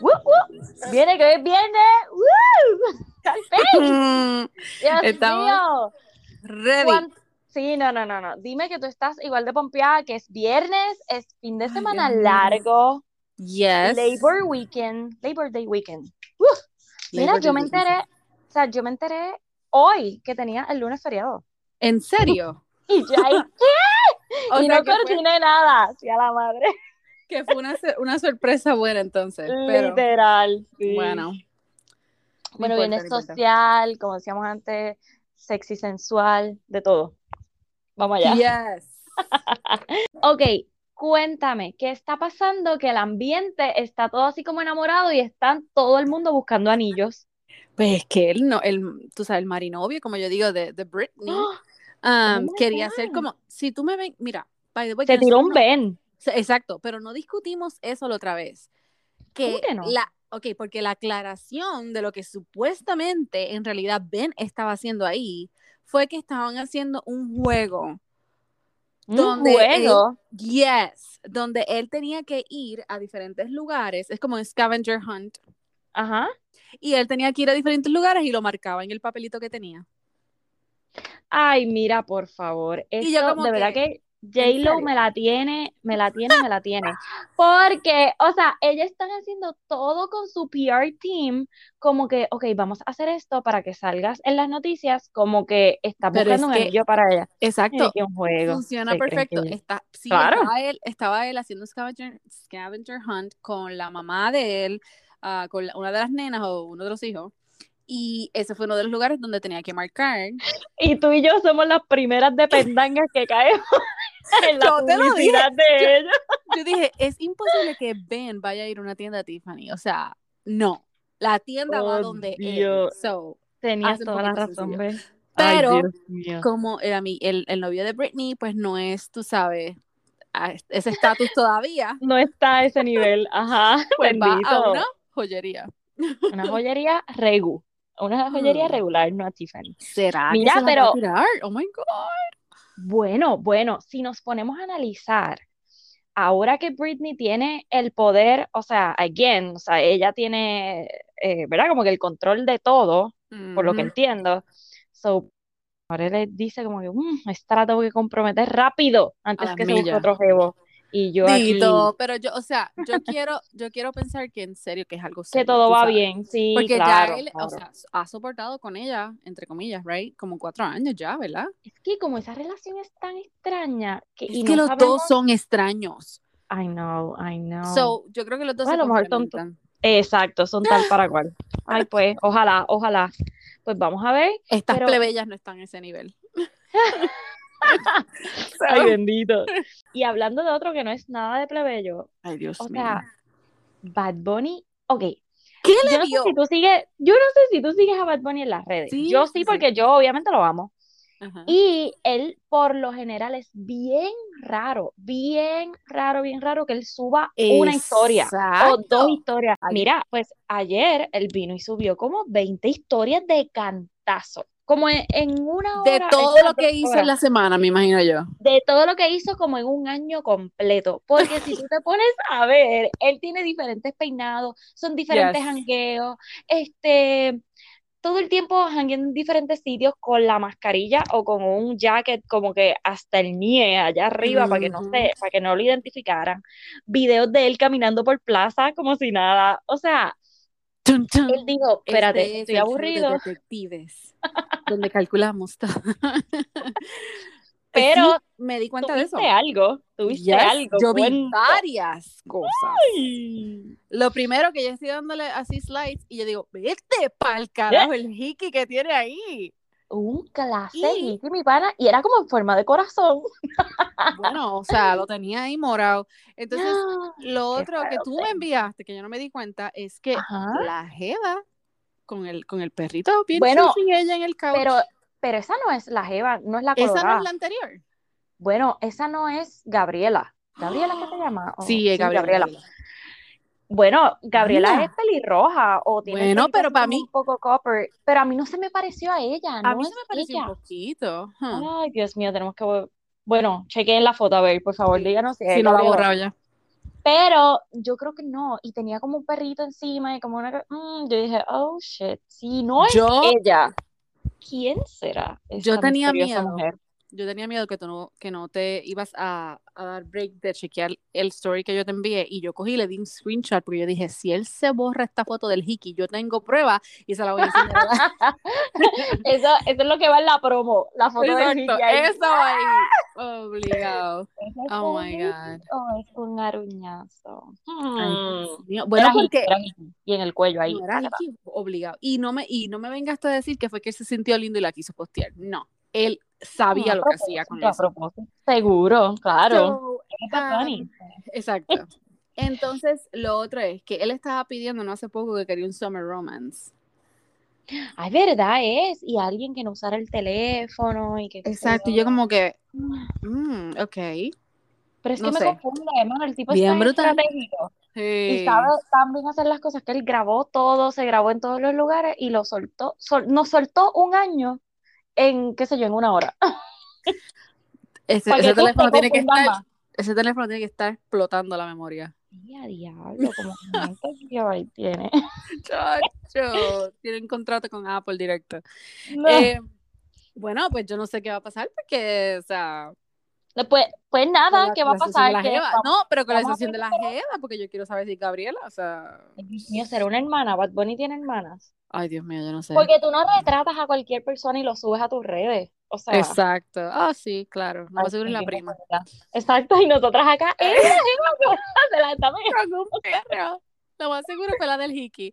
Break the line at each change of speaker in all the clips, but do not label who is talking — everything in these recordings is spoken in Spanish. Woo, woo. Viene que hoy viene. Woo. Ey,
Mm,
Dios
Estamos
mío.
Ready.
¿Cuán- Sí, no, no, no, no. Dime que tú estás igual de pompeada, que es viernes, es fin de
Ay,
semana
Dios mío.
largo,
Yes.
Labor Weekend, Labor Day Weekend. Mira,
Labor Day
yo me
weekend.
enteré, o sea, yo me enteré hoy que tenía el lunes feriado.
¿En serio?
Y yo ahí,
O
y
sea,
no
que, fue,
coordiné nada, sí, a la madre.
que fue una, sor- una sorpresa buena entonces. Pero
Literal, sí.
bueno. no
Bueno,
importa,
bienes
no importa.
social, como decíamos antes, sexy, sensual, de todo. Vamos allá.
Yes.
Ok, cuéntame, ¿qué está pasando? Que el ambiente está todo así como enamorado y están todo el mundo buscando anillos.
Pues es que él no, el, tú sabes, el marinovio, como yo digo, de, de Britney, um,
Oh my
quería
God.
ser como, si tú me ven, mira, by the way, que
Se tiró un
nosotros
Ben.
no- exacto, pero no discutimos eso la otra vez.
¿Cómo que no?
la, ok, porque la aclaración de lo que supuestamente en realidad Ben estaba haciendo ahí fue que estaban haciendo un juego.
Un
Donde
juego.
Yes, donde él tenía que ir a diferentes lugares, es como un scavenger hunt,
Ajá.
y él tenía que ir a diferentes lugares y lo marcaba en el papelito que tenía.
Ay, mira, por favor.
Y yo
Esto,
como
de verdad que J-Lo
serio?
me la tiene, me la tiene, me la tiene. Porque, o sea, ellas están haciendo todo con su PR team, como que, ok, vamos a hacer esto para que salgas en las noticias, como que está
Pero
buscando
es
un
que-
anillo para ella.
Exacto,
Ay, qué un juego.
Funciona
¿Se creen
perfecto.
que yo-
Está, sí,
Claro.
estaba, él, estaba él haciendo scavenger, scavenger hunt con la mamá de él, ah, con la- una de las nenas o uno de los hijos. Y ese fue uno de los lugares donde tenía que marcar.
Y tú y yo somos las primeras de pendangas que caemos en la
Yo te lo dije,
publicidad de ella.
Yo dije, es imposible que Ben vaya a ir a una tienda Tiffany. O sea, no. La tienda va
Oh,
donde
Dios.
él. So,
Tenías
Hace un
toda la
poquito
razón,
sencillo.
¿ves?
Pero-
Ay, Dios mío.
como el, ami- el, el novio de Britney, pues no es, tú sabes, a- ese estatus todavía.
No está a ese nivel, ajá,
Pues va a
bendito.
una joyería.
Una joyería regu, una joyería
Hmm.
regular, no a Tiffany.
¿Será?
Mira,
que se la
pero-
va a tirar? Oh my God.
Bueno, bueno, si nos ponemos a analizar, ahora que Britney tiene el poder, o sea, again, o sea, ella tiene, eh, ¿verdad? Como que el control de todo, por lo que
Ujú.
entiendo. So, ahora le dice como que, "Mm, esta la tengo que comprometer rápido antes
las
que se busque
millas.
otro jevo. Y yo aquí,
Dito, pero yo, o sea, yo quiero, yo quiero pensar que en serio que es algo
que
serio,
todo
tú
va
sabes.
bien, sí,
Porque
claro,
ya él,
claro.
o sea, ha soportado con ella, entre comillas, right? Como cuatro años ya, ¿verdad?
Es que como esa relación es tan extraña que,
Es
y
que
no
los
sabemos.
dos son extraños.
I know, I know.
So, yo creo que los dos
Bueno, a
se
lo mejor son-
complementan.
Exacto, son tal para cual. Ay, pues, ojalá, ojalá. Pues vamos a ver.
Estas
pero-
plebeyas no están a ese nivel. So-
Ay, bendito. Y hablando de otro que no es nada de plebeyo,
Ay, Dios
o
mío.
sea, Bad Bunny, ok.
¿Qué
Yo
le
no sé
vio?
si tú sigues, yo no sé si tú sigues a Bad Bunny en las redes.
Sí,
Yo
sí,
sí,
sí.
porque yo obviamente lo amo.
Ajá.
Y él, por lo general, es bien raro, bien raro, bien raro que él suba una historia. O
Exacto.
dos historias.
Ay.
Mira, pues ayer él vino y subió como 20 historias de cantazo. Como en, en una hora.
De
él
todo
se
lo que
las
hizo
horas.
en la semana, me imagino yo.
De todo lo que hizo como en un año completo. Porque si tú te pones a ver, él tiene diferentes peinados, son diferentes
Yes.
jangueos, este, todo el tiempo jangueando en diferentes sitios con la mascarilla o con un jacket como que hasta el nie allá arriba para que no
Ujú.
se, para que no lo identificaran. Videos de él caminando por plaza como si nada. O sea,
Chun, chun.
él dijo, espérate,
Este Ah, es
estoy
el show
aburrido.
De detectives, donde calculamos todo. Pues
Pero
Sí, me di cuenta de eso.
¿Tuviste algo? ¿Tuviste
Yes,
algo?
yo vi
Cuenta.
varias cosas.
Ay.
Lo primero que yo estoy dándole así slides y yo digo, vete pa'l carajo el hiki que tiene ahí.
Un clase
Y-
hippie, mi pana, y era como en forma de corazón.
Bueno, o sea, lo tenía ahí morado. Entonces, lo
qué
otro que
feo
tú me
tema.
enviaste, que yo no me di cuenta, es que
Ajá.
la jeva con el, con el perrito bien
Bueno,
chuchi ella en el couch.
Pero, pero esa no es la Jeva, no es la
Esa no
colorada.
es la anterior.
Bueno, esa no es Gabriela. ¿Gabriela qué se llama? O-
Sí, es Gabriela.
Bueno, Gabriela
Mira.
es pelirroja o tiene el
Bueno,
pelito
pero
así
pa'
como
mí-
un poco copper, pero a mí no se me pareció a ella,
A
Ah, no
mí
es
se me pareció
ella.
un poquito. huh.
Ay, Dios mío, tenemos que vol- Bueno, chequen la foto, a ver, por favor, díganos si,
Si
él
no la ha
abrió.
borrado ya.
Pero yo creo que no, y tenía como un perrito encima y como una... co- mm, yo dije, oh, shit, si no es
Yo-
ella, Oh. ¿quién será
Yo
esta
tenía
misteriosa
miedo.
mujer?
Yo tenía miedo que tú no, que no te ibas a, a dar break de chequear el story que yo te envié y yo cogí y le di un screenshot porque yo dije, si él se borra esta foto del hiki, yo tengo prueba y se la voy a enseñar. a la-
Eso, eso es lo que va en la promo, la foto de
Exacto,
Ricky ahí.
eso ahí. Obligado.
¿Ese es
Oh
un
my
Ricky
God.
o es un aruñazo?
Ay,
Hmm.
Dios mío. Bueno,
Era Ricky,
porque
era Ricky, y en el cuello ahí.
no era
págata.
Ricky, obligado. Y no me, y no me vengaste a decir que fue que él se sintió lindo y la quiso postear. No, él sabía
A
lo que hacía con
propósito, a
eso.
propósito. Seguro, claro.
So,
Es Bad
ah,
Bunny.
Exacto. Entonces, lo otro es que él estaba pidiendo no hace poco que quería un summer romance.
Ay, verdad es. Y alguien que no usara el teléfono y que... qué sé
Exacto, y yo como que,
yo.
mm, ok.
Pero es
No
que me
sé.
confunde, hermano, el tipo es
Bien
tan
brutal.
estratégico y
Sí.
sabe tan bien hacer las cosas que él grabó todo, se grabó en todos los lugares y lo soltó, sol- nos soltó un año en, qué sé yo, en una hora.
Ese,
Para
ese
que tú
teléfono
te
tiene que
confundas
estar,
más.
ese teléfono tiene que estar explotando la memoria.
Sí, a diablo, como 500 gigabytes tiene.
Chacho, tiene un contrato con Apple directo.
No.
Eh, bueno, pues yo no sé qué va a pasar porque, o sea,
Después, pues
con
nada,
la-
¿qué va a
la sesión de
pasar?
la
Que
jeva. No, pero con la
vamos a
sesión de la jeva, porque yo quiero saber si Gabriela, o sea,
Ay, Dios mío, será una hermana, Bad Bunny tiene hermanas.
ay, Dios mío, yo no sé.
Porque tú no retratas a cualquier persona y lo subes a tus redes. O sea,
Exacto. Ah, sí, claro. No va a
ay,
ser
mi
la
vida,
prima.
¿verdad? Exacto, y nosotras acá, ¡eh! se la estamos
Con un perro. Lo más seguro fue la del Hiki.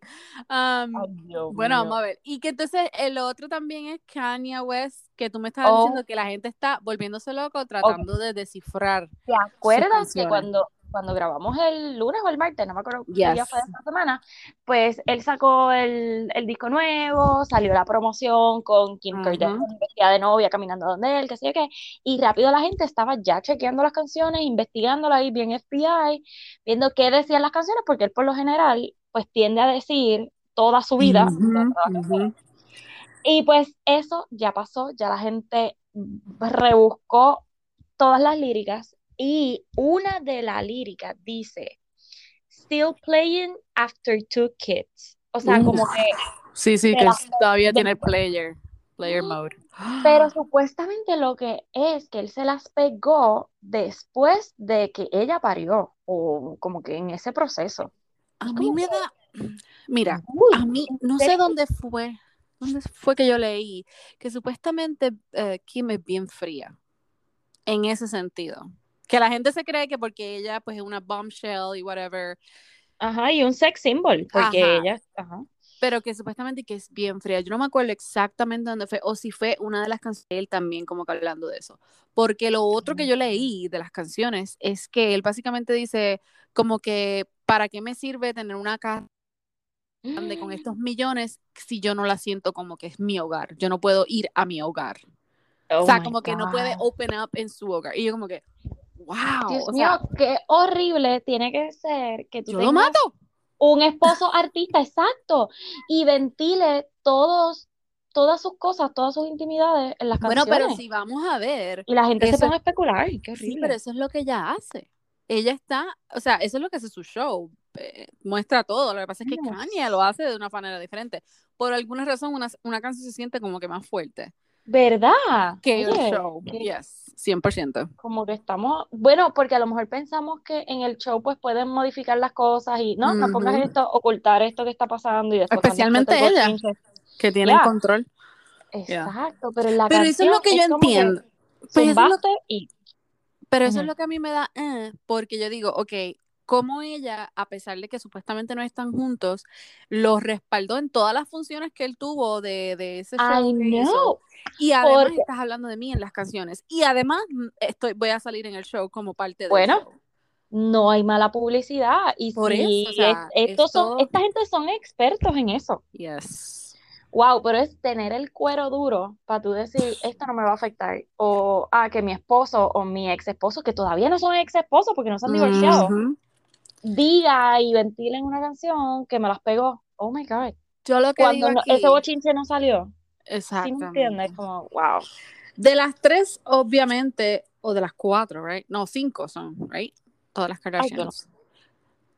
Um,
Ay, Dios
bueno,
mío.
vamos a ver. Y que entonces el otro también es Kanye West, que tú me estabas
Oh.
diciendo que la gente está volviéndose loco tratando de descifrar.
¿Te acuerdas que
canciones.
cuando, cuando grabamos el lunes o el martes, no me acuerdo qué día
Yes.
fue de esta semana, pues él sacó el, el disco nuevo, salió la promoción con Kim
Ajá.
Kardashian vestida de novia caminando donde él, qué sé yo qué, y rápido la gente estaba ya chequeando las canciones, investigándolas ahí bien FBI, viendo qué decían las canciones, porque él por lo general pues tiende a decir toda su vida.
Ujú,
de todas
ujú.
y pues eso ya pasó, ya la gente rebuscó todas las líricas y una de las líricas dice, Still playing after two kids. O sea, como que,
Sí, sí,
de
que
la-
todavía
de-
tiene el player, player mode.
pero supuestamente lo que es que él se las pegó después de que ella parió, o como que en ese proceso.
A mí me da, mira,
Uy,
a mí no sé
serio?
dónde fue, dónde fue que yo leí que supuestamente eh, Kim es bien fría en ese sentido. Que la gente se cree que porque ella pues es una bombshell y whatever,
ajá, y un sex symbol, porque
Ajá.
ella, ajá.
pero que supuestamente que es bien fría. Yo no me acuerdo exactamente dónde fue o si fue una de las canciones de él también como que hablando de eso. Porque lo otro que yo leí de las canciones es que él básicamente dice como que ¿para qué me sirve tener una casa grande
Mm.
con estos millones si yo no la siento como que es mi hogar. Yo no puedo ir a mi hogar.
Oh
o sea,
my
como que no puede
God.
open up en su hogar. Y yo como que, wow.
Dios
o
mío,
sea,
qué horrible tiene que ser que tú
yo lo
tengas
mato.
un esposo artista, exacto, y ventile todos, todas sus cosas, todas sus intimidades en las
Bueno,
canciones.
pero si vamos a ver,
Y la gente se
eso-
pone a especular, qué horrible.
sí, pero eso es lo que ella hace. Ella está, o sea, eso es lo que hace su show. eh, muestra todo. Lo que pasa es que
Yes.
Kanye lo hace de una manera diferente. Por alguna razón, una, una canción se siente como que más fuerte
¿Verdad?
que el
Oye,
show.
que
Yes, 100%.
como que estamos, bueno, porque a lo mejor pensamos que en el show pues pueden modificar las cosas y no, no pongas
Ujú.
esto, ocultar esto que está pasando y después cuando
Especialmente
explota el
ella.
bochinche.
Que tienen
Yeah.
control. Yeah.
Exacto, pero en la
Pero eso es lo
canción
que yo
es como que
entiendo. Pero eso es lo-
zumbaste y
Pero eso es
Ujú.
lo que a mí me da, eh, porque yo digo, ok, como ella, a pesar de que supuestamente no están juntos, los respaldó en todas las funciones que él tuvo de, de ese show
I
que hizo.
know,
Y además
porque-
estás hablando de mí en las canciones. Y además mm, estoy, voy a salir en el show como parte del
Bueno,
show.
no hay mala publicidad. Y
Por
si
eso, o sea,
es- estos
es
son,
todo-
esta gente son expertos en eso.
Yes.
Wow, pero es tener el cuero duro para tú decir, esto no me va a afectar. O, ah, que mi esposo o mi ex esposo, que todavía no son ex esposos porque no se han divorciado,
Ujú.
diga y ventile en una canción que me las pegó. Oh my God.
Yo lo que
Cuando
digo
no-
aquí.
ese bochinche no salió. ¿Sí me
Exactamente.
entiendes? Como, wow.
De las tres, obviamente, o de las cuatro, right? No, cinco son, right? Todas las Kardashians.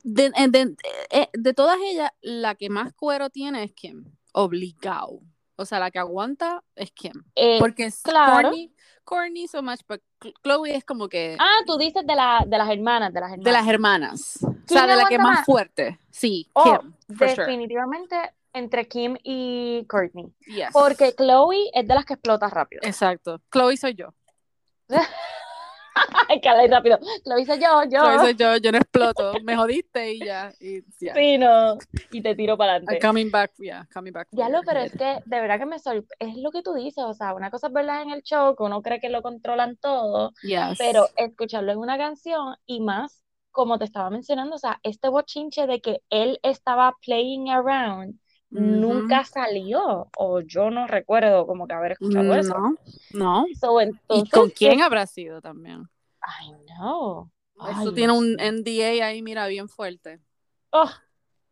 De, de- de- de todas ellas, la que más cuero tiene es Kim, obligado. O sea, la que aguanta es Kim.
Eh,
Porque es
claro.
corny, corny so much, pero Chloe es como que
ah, tú dices de, la, de las hermanas, de las hermanas.
de las hermanas. O sea, de la que
aguanta
más
más?
fuerte. Sí,
Oh,
Kim, for sure.
Definitivamente entre Kim y Courtney.
Yes.
Porque Chloe es de las que explota rápido.
Exacto. Chloe soy yo.
Hay que hablar rápido. Chloe hice yo, yo.
Chloe soy yo. Yo no exploto. Me jodiste y ya. Y ya.
Sí, no. Y te tiro para
I'm
adelante.
coming back. Yeah, coming back.
Ya lo, pero es
Yeah.
que de verdad que me sorprende. Es lo que tú dices, o sea, una cosa es verlas en el show, que uno cree que lo controlan todo,
Yes.
pero escucharlo en una canción y más, como te estaba mencionando, o sea, este bochinche de que él estaba playing around
Ujú.
nunca salió, o yo no recuerdo como que haber escuchado eso.
Mm, No, no.
So,
¿Y
entonces,
con quién habrá sido también?
I know.
Eso
Ay,
tiene un
sí.
NDA ahí, mira, bien fuerte.
Oh,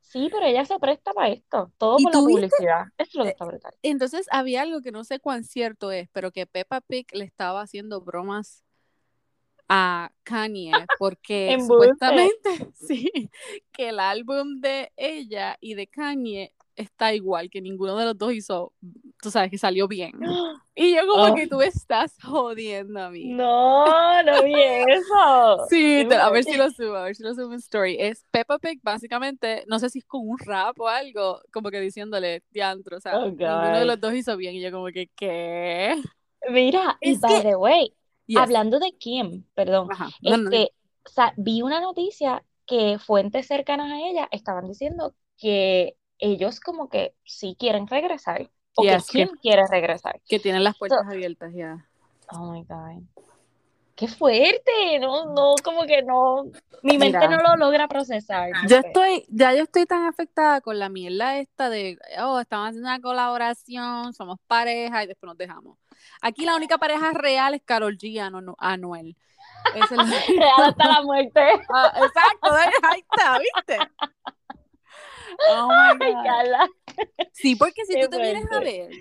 sí, pero ella se presta para esto, todo
¿Y Eh,
por la
tuviste?
publicidad. Eso es lo que está brutal.
Entonces había algo que no sé cuán cierto es, pero que Peppa Pig le estaba haciendo bromas a Kanye, porque
Embuste.
supuestamente, sí, que el álbum de ella y de Kanye está igual, que ninguno de los dos hizo, tú sabes, que salió bien. Y yo como
Oh.
que tú estás jodiendo a mí.
No, no vi eso.
Sí,
Qué
te- a ver
fuerte.
si lo subo, a ver si lo subo en story. Es Peppa Pig, básicamente, no sé si es con un rap o algo, como que diciéndole diantro, o sea,
Oh,
ninguno de
God.
los dos hizo bien. Y yo como que, ¿qué?
Mira, y
Es que-
by the way,
Yes.
hablando de Kim, perdón,
Ajá. No, no, no.
este, o sea, vi una noticia que fuentes cercanas a ella estaban diciendo que ellos como que sí quieren regresar o
Yes,
que
que-
Kim quiere regresar.
Que tienen las puertas abiertas ya.
Oh my God. Qué fuerte, no, no, como que no, mi mente
Mira.
no lo logra procesar. no
Yo
sé.
estoy, ya yo estoy tan afectada con la mierda esta de, oh, estamos haciendo una colaboración, somos pareja y después nos dejamos. Aquí la única pareja real es Carol G. y Anu- Anu- Anuel. Esa es la-
Real hasta la muerte.
Ah, exacto, dale, ahí está, ¿viste? Oh my
Ay,
God.
Carla.
Sí, porque si
Qué
tú te vienes a
fuerte.
ver,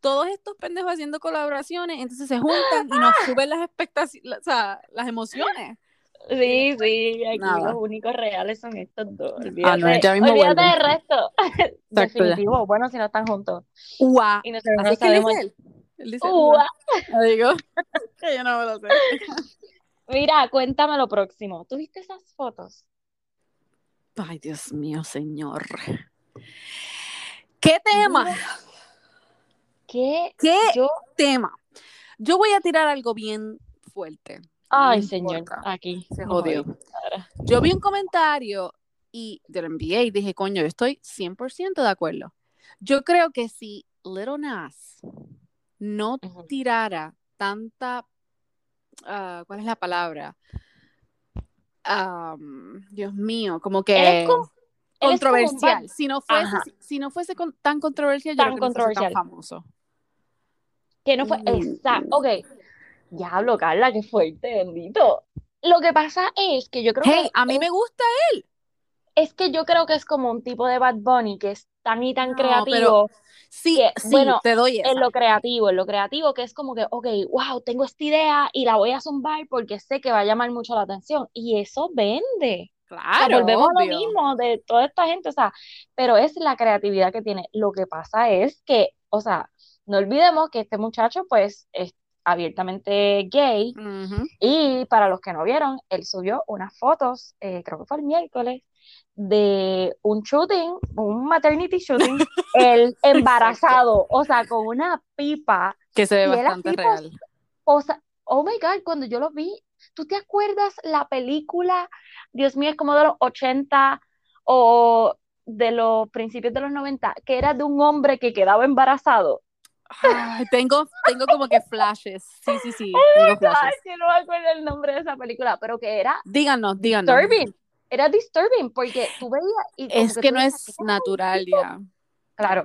todos estos pendejos haciendo colaboraciones, entonces se juntan y nos suben las expectaciones, o sea, las emociones.
Sí, sí, aquí
Nada.
los únicos reales son estos dos.
Ah, no, ya
Olvídate,
mismo
olvídate
vuelven.
del resto.
ya.
Definitivo, bueno, si no están juntos.
Ua.
Y nosotros
Así
no
es que él
sabemos.
dice él. Él dice,
Ua.
"Ua". Yo digo, que yo no me lo sé.
Mira, cuéntame lo próximo. ¿Tú viste esas fotos?
Ay, Dios mío, señor. ¿Qué tema?
¿Qué?
¿Qué
Yo.
tema? Yo voy a tirar algo bien fuerte.
Ay,
No
señor,
importa.
aquí.
Se
me
jodió.
jodí. Ahora.
Yo vi un comentario y te lo envié y dije, coño, yo estoy 100% de acuerdo. Yo creo que si Little Nas no
Ujú.
tirara tanta, ah, ¿cuál es la palabra? Am, Dios mío, como que
Él es como- Él es como un
controversial. Si no fuese,
Ajá.
si, si no fuese con- tan controversial, yo creo
Tan
que no fuese tan
controversial.
famoso.
Que no fue.
Mm.
Exacto. Ok. Diablo, Carla, qué fuerte, bendito. Lo que pasa es que yo creo
Hey,
que
a mí me gusta.
es que yo creo que es como un tipo de Bad Bunny que es tan y tan
No, pero-
creativo
Sí,
que,
sí,
bueno,
te doy esa.
en lo creativo, en lo creativo que es como que, ok, wow, tengo esta idea y la voy a zumbar porque sé que va a llamar mucho la atención y eso vende. O sea,
Claro,
volvemos a lo
obvio.
mismo de toda esta gente, o sea, pero es la creatividad que tiene. Lo que pasa es que, o sea, no olvidemos que este muchacho pues es abiertamente gay
Ujú.
y para los que no vieron, él subió unas fotos, eh, creo que fue el miércoles, de un shooting, un maternity shooting, el embarazado, o sea, con una pipa.
Que se ve
Y él
bastante
así, pues,
real.
O sea, oh my God, cuando yo lo vi, ¿tú te acuerdas la película? Dios mío, es como de los 80 o de los principios de los 90, que era de un hombre que quedaba embarazado.
Ay, Ah, tengo, tengo como que flashes. Sí, sí,
Oh
sí. Tengo
Ay,
flashes.
que no me acuerdo el nombre de esa película, pero que era
Díganos, díganos.
disturbing. Era disturbing porque tú veías y como
Es que
tú
no
decías,
es natural ya.
claro.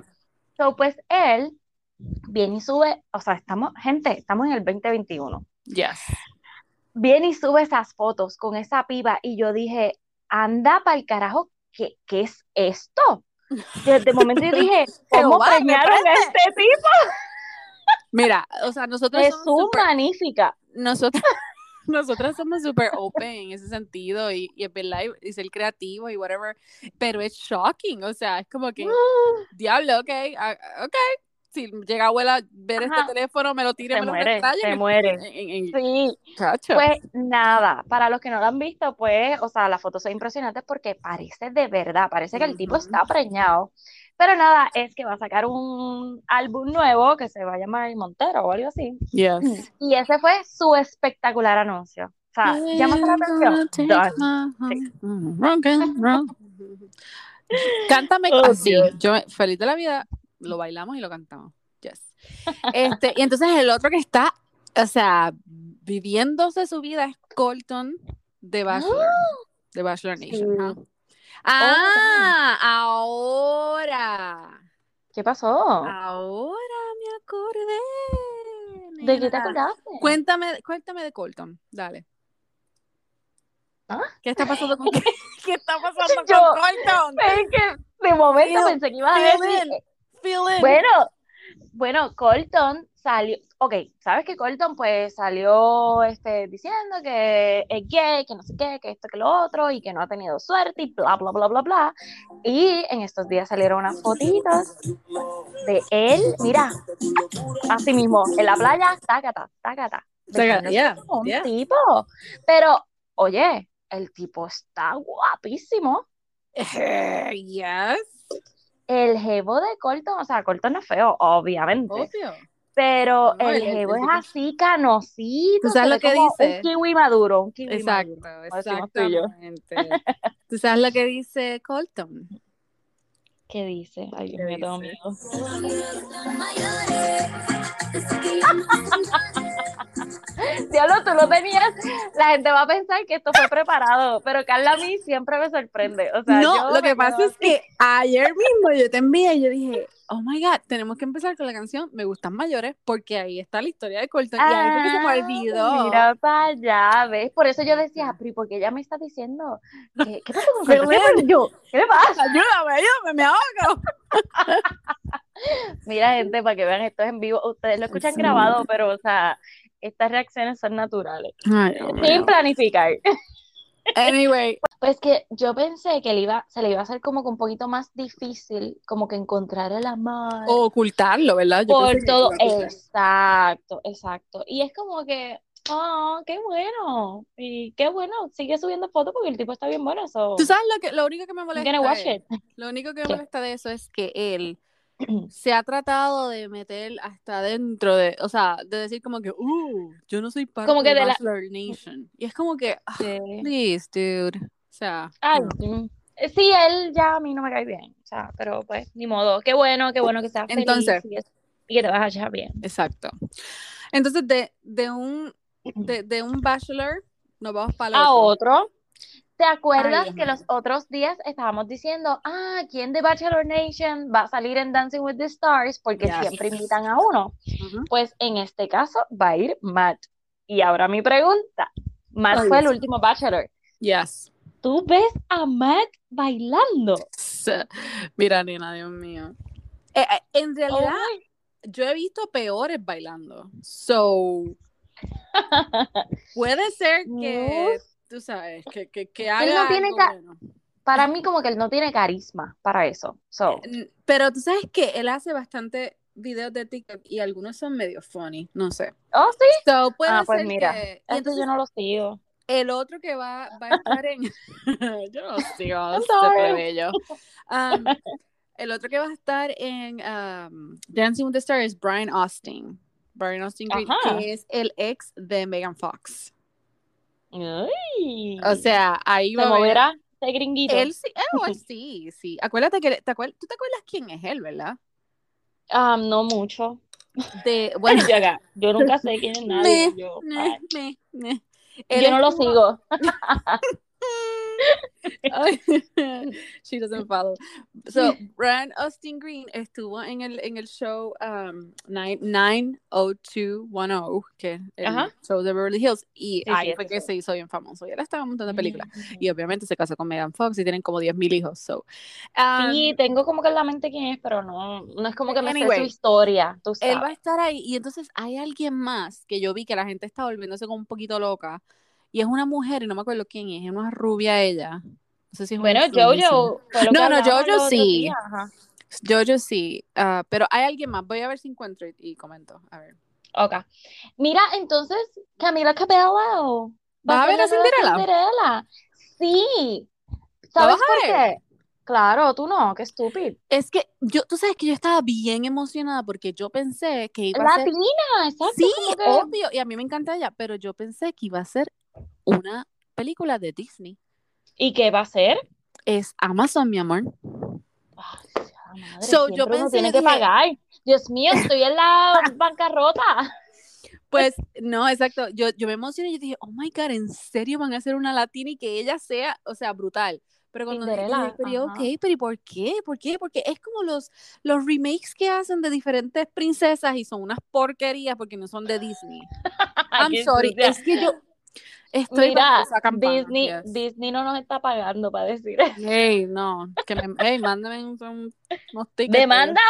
So, pues él viene y sube, o sea, estamos, gente, estamos en el 2021.
Yes.
Viene y sube esas fotos con esa piba y yo dije, anda para el carajo, ¿qué, qué es esto? Desde el momento yo dije, ¿cómo
Jehová,
premiaron a este tipo?
Mira, o sea, nosotros
Es
somos
un
super-
magnífica.
nosotros nosotras somos súper open en ese sentido y, y es verdad, y, y ser creativo y whatever, pero es shocking, o sea, es como
Mm.
que,
Ah,
diablo, ok, ah, ok, si llega abuela a ver
Ajá.
este teléfono, me lo tire,
Se
me lo
muere,
restalle,
se
me-
muere.
en- en- en-
Sí,
Chacho.
Pues nada, para los que no lo han visto, pues, o sea, las fotos son impresionantes porque parece de verdad, parece que el tipo
Ujú.
está preñado. Pero nada, es que va a sacar un álbum nuevo que se va a llamar Montero o algo así.
Yes.
Y ese fue su espectacular anuncio. O sea, llámate la atención. Done.
mm, Cántame
Oh,
así.
Dios.
Yo feliz de la vida, lo bailamos y lo cantamos. Yes. Este, y entonces el otro que está, o sea, viviéndose su vida es Colton de Bachelor. De Bachelor Nation. ajá.
Oh,
Ah, ahora.
¿Qué pasó?
Ah, Ahora me acordé.
¿De qué te
nena.
acordaste?
Cuéntame, cuéntame de Colton, dale.
¿Ah?
¿Qué está pasando con ¿Qué, está pasando
Yo-
con Colton?
Es que de momento
Feel-
pensé que ibas a
feel
decir,
in. Feel it.
Bueno, bueno, Colton salió, ok, sabes que Colton pues salió este, diciendo que es gay, que no sé qué, que esto, que lo otro, y que no ha tenido suerte, y bla, bla, bla, bla, bla. Y en estos días salieron unas fotitos de él, mira, así mismo, en la playa, tácata, tácata,
Tácata,
besándose
yeah,
con un
yeah.
tipo. Pero, oye, el tipo está guapísimo.
Eh, yes.
El jevo de Colton, o sea, Colton no es feo, obviamente.
Obvio.
Pero
No,
el
el- el-
jevo
el
es
tipo-
así canosito,
¿Tú sabes
se
lo
ve
que
como
dice?
un kiwi maduro, un kiwi maduro.
Exacto,
decimos tú y yo.
exactamente. ¿Tú sabes lo que dice Colton?
¿Qué dice? Ay, Dios
¿Qué
mío, tengo
dice?
miedo. Diablo, tú lo tenías. La gente va a pensar que esto fue preparado, pero Carla a mí siempre me sorprende. O sea, yo
No, lo
me
que pasa
quedo
es que ayer mismo yo te envié y yo dije, oh my god, tenemos que empezar con la canción Me gustan mayores porque ahí está la historia de Colton y ahí fue que se me
Ah,
olvidó.
Mira para allá, ¿ves? Por eso yo decía, pero ¿y por qué ella me está diciendo? ¿Qué, qué pasó con
Pero
Colton? ¿Qué pasó? Yo, ¿Qué le pasa?
Ayúdame, ayúdame, me ahogo.
Mira, gente, para que vean esto es en vivo, ustedes lo escuchan
Sí.
grabado, pero, o sea, estas reacciones son naturales.
Ay, Dios
Sin
mío.
planificar.
Anyway,
Pues que yo pensé que le iba, se le iba a hacer como que un poquito más difícil, como que encontrar el amor
o ocultarlo, ¿verdad? Oh, Yo
por
pensé que
todo.
iba a ocultar.
Exacto, exacto. Y es como que, oh, qué bueno. Y qué bueno, sigue subiendo fotos porque el tipo está bien bueno. So,
Tú sabes lo que lo único que me
I'm
molesta.
gonna watch
es-
it.
Lo único que me
¿Qué?
molesta de eso es que él se ha tratado de meter hasta dentro de, o sea, de decir como que, uh, yo no soy parte
Como que
de
de la-
Bachelor Nation. Y es como que, ah,
Sí.
please, dude. O sea,
Ay,
no.
mm. sí, él ya a mí no me cae bien. O sea, pero pues, ni modo. Qué bueno, qué bueno que estás feliz
Entonces.
y, es- y que te vas a hallar bien.
exacto. Entonces, de, de un de, de un bachelor, nos vamos para el
a
otro.
otro. ¿Te acuerdas
Ay,
que
ajá.
los otros días estábamos diciendo, ah, ¿quién de Bachelor Nation va a salir en Dancing with the Stars? Porque
Yes.
siempre invitan a uno.
Ujú.
Pues en este caso va a ir Matt. Y ahora mi pregunta, Matt
Ay,
fue el
Dios.
último Bachelor.
Yes.
¿Tú ves a Matt bailando?
Mira, nena, Dios mío. Eh, eh, en
Oh
realidad,
my-
yo he visto peores bailando. So, puede ser que, tú sabes, que, que, que haga
no tiene
algo
ca-
bueno.
Para mí como que él no tiene carisma para eso. So,
N- Pero tú sabes que él hace bastante videos de TikTok y algunos son medio funny, no sé.
oh sí,
So, puede
Ah, pues
ser
mira,
que... y
esto
entonces
yo no lo sigo.
el otro que va, va a estar en... yo no sigo
I'm
este
sorry.
plebeyo. Um, el otro que va a estar en um, Dancing with the Stars es Brian Austin. Brian Austin Green,
Ajá.
que es el ex de Megan Fox.
Uy.
O sea, ahí va
se
a haber-
moverá este gringuito.
Él sí, él, oh, sí, sí. Acuérdate que, te acuer- tú te acuerdas quién es él, ¿verdad?
Ah, no mucho.
De, bueno,
Yo, acá, yo nunca sé quién es nadie.
Meh,
Yo,
meh,
ay,
meh, meh.
yo
Él
no lo
estuvo-
sigo.
She doesn't follow. So, Brian Austin Green estuvo en el, en el show um, oh 9- 90210, oh, que es el
Ajá.
show de Beverly Hills, y
sí,
ahí
ese
fue que
show.
se hizo bien famoso. Y él estaba en un montón de películas.
Mm.
Y obviamente se casó con Megan Fox y tienen como 10.000 hijos. So. Um,
Sí, tengo como que en la mente quién es, pero no, no es como que me sé
Anyway,
su historia, tú
Él va a
sabes.
estar ahí. Y entonces hay alguien más que yo vi que la gente está volviéndose como un poquito loca. Y es una mujer, y no me acuerdo quién es, es una rubia ella. No sé si es una
Bueno,
influencer.
Jojo, fue lo que
No, no,
hablamos
Jojo
los otros
sí.
días, ajá.
Jojo sí. ah, pero hay alguien más. Voy a ver si encuentro y, y comento. A ver.
Ok. Mira, entonces, Camila Cabello.
¿Vas a ver a
ser la nueva
Cinderella?
Cinderella. Sí. ¿Sabes
vas a
por
ver?
qué? Claro, tú no, qué estúpido.
Es que yo, tú sabes que yo estaba bien emocionada porque yo pensé que iba a ser.
Latina, exacto.
Sí, oh.
como que-
obvio. Y a mí me encanta ella, pero yo pensé que iba a ser una película de Disney.
¿Y qué va a ser?
Es Amazon, mi amor.
Ah, la madre,
So, yo
siempre uno
pensé,
tiene
yo
que
dije-
pagar. Dios mío, estoy en la bancarrota.
Pues no, exacto. Yo, yo me emocioné y yo dije, oh my God, ¿en serio van a hacer una latina y que ella sea, o sea, brutal? Pero cuando dije,
Cinderella,
pero yo,
ajá.
ok, pero ¿y por qué? ¿Por qué? Porque es como los, los remakes que hacen de diferentes princesas y son unas porquerías porque no son de Disney. I'm
Qué
sorry,
sucia.
es que yo estoy
Mira,
bajo esa campana,
Disney,
yes.
Disney no nos está pagando para decir eso.
Hey, no, que me, hey, mándame un, un- unos tickets.
¡Demándame!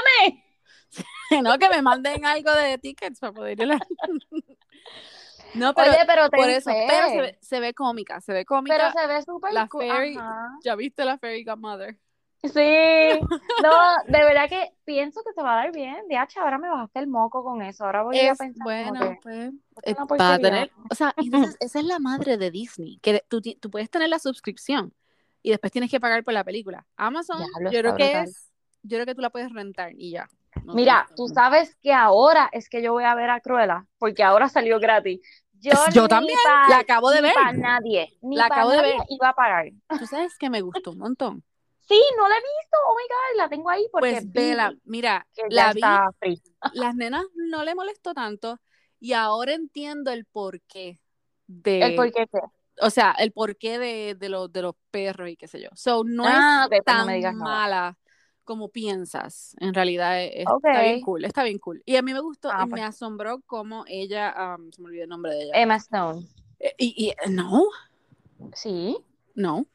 No, que me manden algo de tickets para poder ir a la- No, pero
Oye, pero ten
Por eso,
fe.
pero se ve, se ve cómica, se ve cómica.
Pero se ve súper
la
cool,
fairy-
ajá.
¿Ya viste la Fairy Godmother?
Sí. No, de verdad que pienso que se va a dar bien. Diache, ahora me bajaste el moco con eso. Ahora voy a
Es
pensar como
bueno,
que
pues.
es una
eh, va a
porquería.
tener- o sea, y entonces, esa es la madre de Disney, que de- tú, ti- tú puedes tener la suscripción y después tienes que pagar por la película. Amazon,
Diablo,
yo
está
creo que
brutal.
es, yo creo que tú la puedes rentar y ya. No
Mira,
tienes-
tú sabes que ahora es que yo voy a ver a Cruella, porque ahora salió gratis. Yo,
Yo
ni
también,
pa-
la acabo de
ni
ver.
pa' nadie, ni
La
pa'
acabo de
nadie
ver.
iba a pagar.
Tú sabes que me gustó un montón.
Sí, no la he visto, oh my God, la tengo ahí porque
Pues
vi
vela, mira,
que ya
la vi
está free.
las nenas no le molestó tanto y ahora entiendo el porqué de
El por qué qué.
o sea, el porqué de, de, los- de los perros y qué sé yo. So, no
Ah,
es
ok, pues no
tan
me digas nada.
mala como piensas. En realidad e, es-
Ok.
está bien cool, está bien cool. Y a mí me gustó,
Ah,
y
pues.
me asombró cómo ella, um, se me olvidó el nombre de ella.
Emma Stone.
Eh, y, y- no,
Sí,
no,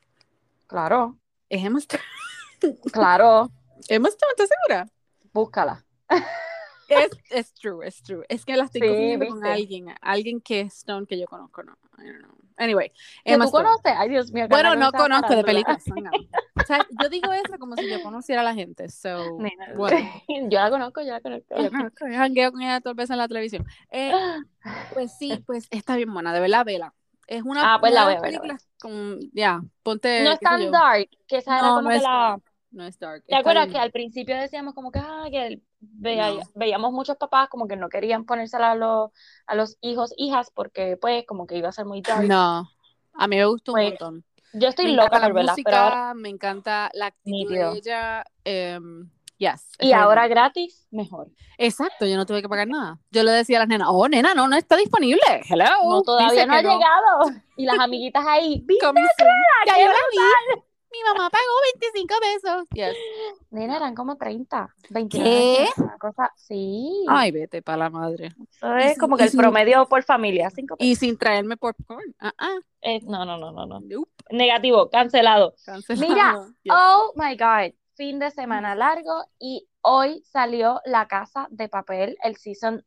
claro,
es Emma Stone.
claro,
Emma Stone, ¿estás segura?
búscala.
Es, es true, es true. Es que la estoy
Sí,
confundiendo con
viste.
alguien, alguien que es Stone que yo conozco, no. I don't know. Anyway,
¿Que
Emma
tú
Stone.
conoces? Ay, Dios mío, que
Bueno,
ahora
no
con esa
conozco de
farándula.
películas. venga. O sea, yo digo eso como si yo conociera a la gente. So,
Nena,
bueno,
Yo la conozco, yo la
yo
conozco.
conozco, yo jangueo con ella todas veces en la televisión. Eh, pues sí, pues está bien buena, de verdad, vela. Es una,
Ah, pues
una
la
de las
voy a ver, la voy a
películas con, ya, ponte,
No
Eh, qué
es
sé
tan
yo.
dark, que esa era
No,
como
no
que
es
la...
No es dark.
¿Te
está
acuerdas
bien.
que al principio decíamos como que, ah, que el- vea-
No.
veíamos muchos papás como que no querían ponérsela a los, a los hijos, hijas, porque pues como que iba a ser muy dark.
No, a mí me gustó un
Pues,
montón.
Yo estoy
Me
loca
encanta la
por verla, pero ahora,
música, me encanta la actitud
Nítido.
de ella. em, yes,
y
está bien
ahora
buena.
gratis, mejor.
Exacto, yo no tuve que pagar nada. Yo le decía a las nenas, oh, nena, no, no está disponible. Hello.
No, todavía
Dice
no ha
que
llegado. Y las amiguitas ahí, "Vi,
Come soon. Ya
qué
yo la vi. Mi mamá pagó 25 pesos. Yes.
nena, eran como 30, 29,
¿Qué?
una cosa, sí.
Ay, vete para la madre.
Eso
y
es
sin-
como
y
que el
sin-
promedio por familia, cinco
Y sin traerme popcorn. Ah, ah.
pe- eh, no, no, no, no, no.
Nope.
Negativo, cancelado.
Cancelado.
Mira,
Yes.
Oh my God, fin de semana largo y hoy salió La Casa de Papel, el season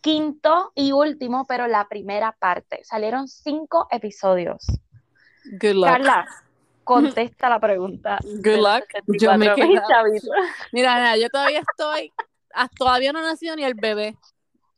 quinto y último, pero la primera parte. Salieron cinco episodios.
Good luck.
Carla, contesta la pregunta.
Good
de los
luck. Yo me
64
quedé-
mil chavitos.
Mira, nena, yo todavía estoy. ah, todavía no nació ni el bebé.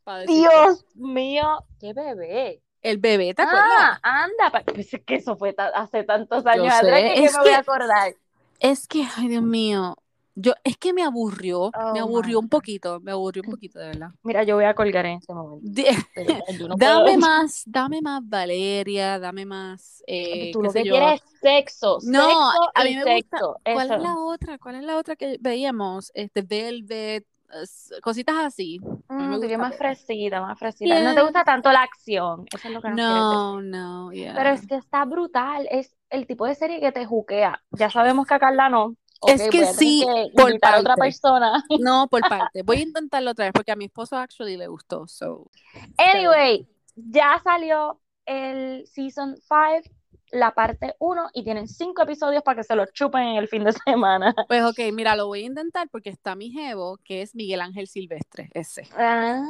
pa' decirte.
Dios mío, qué bebé.
El bebé, ¿te acuerdas?
Ah, anda, pa- pues es que eso fue ta- hace tantos años
sé,
atrás que, que
es
me voy a
que-
acordar.
Es que, ay, Dios mío. Yo, es que me aburrió,
Oh,
me aburrió
my
un poquito, me aburrió un poquito, de verdad.
Mira, yo voy a colgar en este momento.
De-
de verdad, yo no puedo.
dame más, dame más Valeria, dame más, eh,
Tú
qué
lo
sé
que
yo.
quieres es sexo,
No,
sexo
a
y
mí me gusta-
sexo.
¿Cuál
Eso.
es la otra? ¿Cuál es la otra que veíamos? Este, Velvet, s- cositas así. A mí me
Mm, te
gusta
quedó más
ver.
fresita, más fresita. No te gusta tanto la acción, eso es lo que nos quieres decir.
No, no, yeah.
Pero es que está brutal, es el tipo de serie que te juquea. Ya sabemos que a Carla no.
Es
Ok,
que
voy a tener
sí,
que
por
invitar a otra
parte.
persona.
No, por parte. Voy a intentarlo otra vez porque a mi esposo actually le gustó. So.
Anyway, ya salió el season 5, la parte 1, y tienen 5 episodios para que se los chupen en el fin de semana.
Pues ok, mira, lo voy a intentar porque está mi jevo, que es Miguel Ángel Silvestre, ese.
Ah,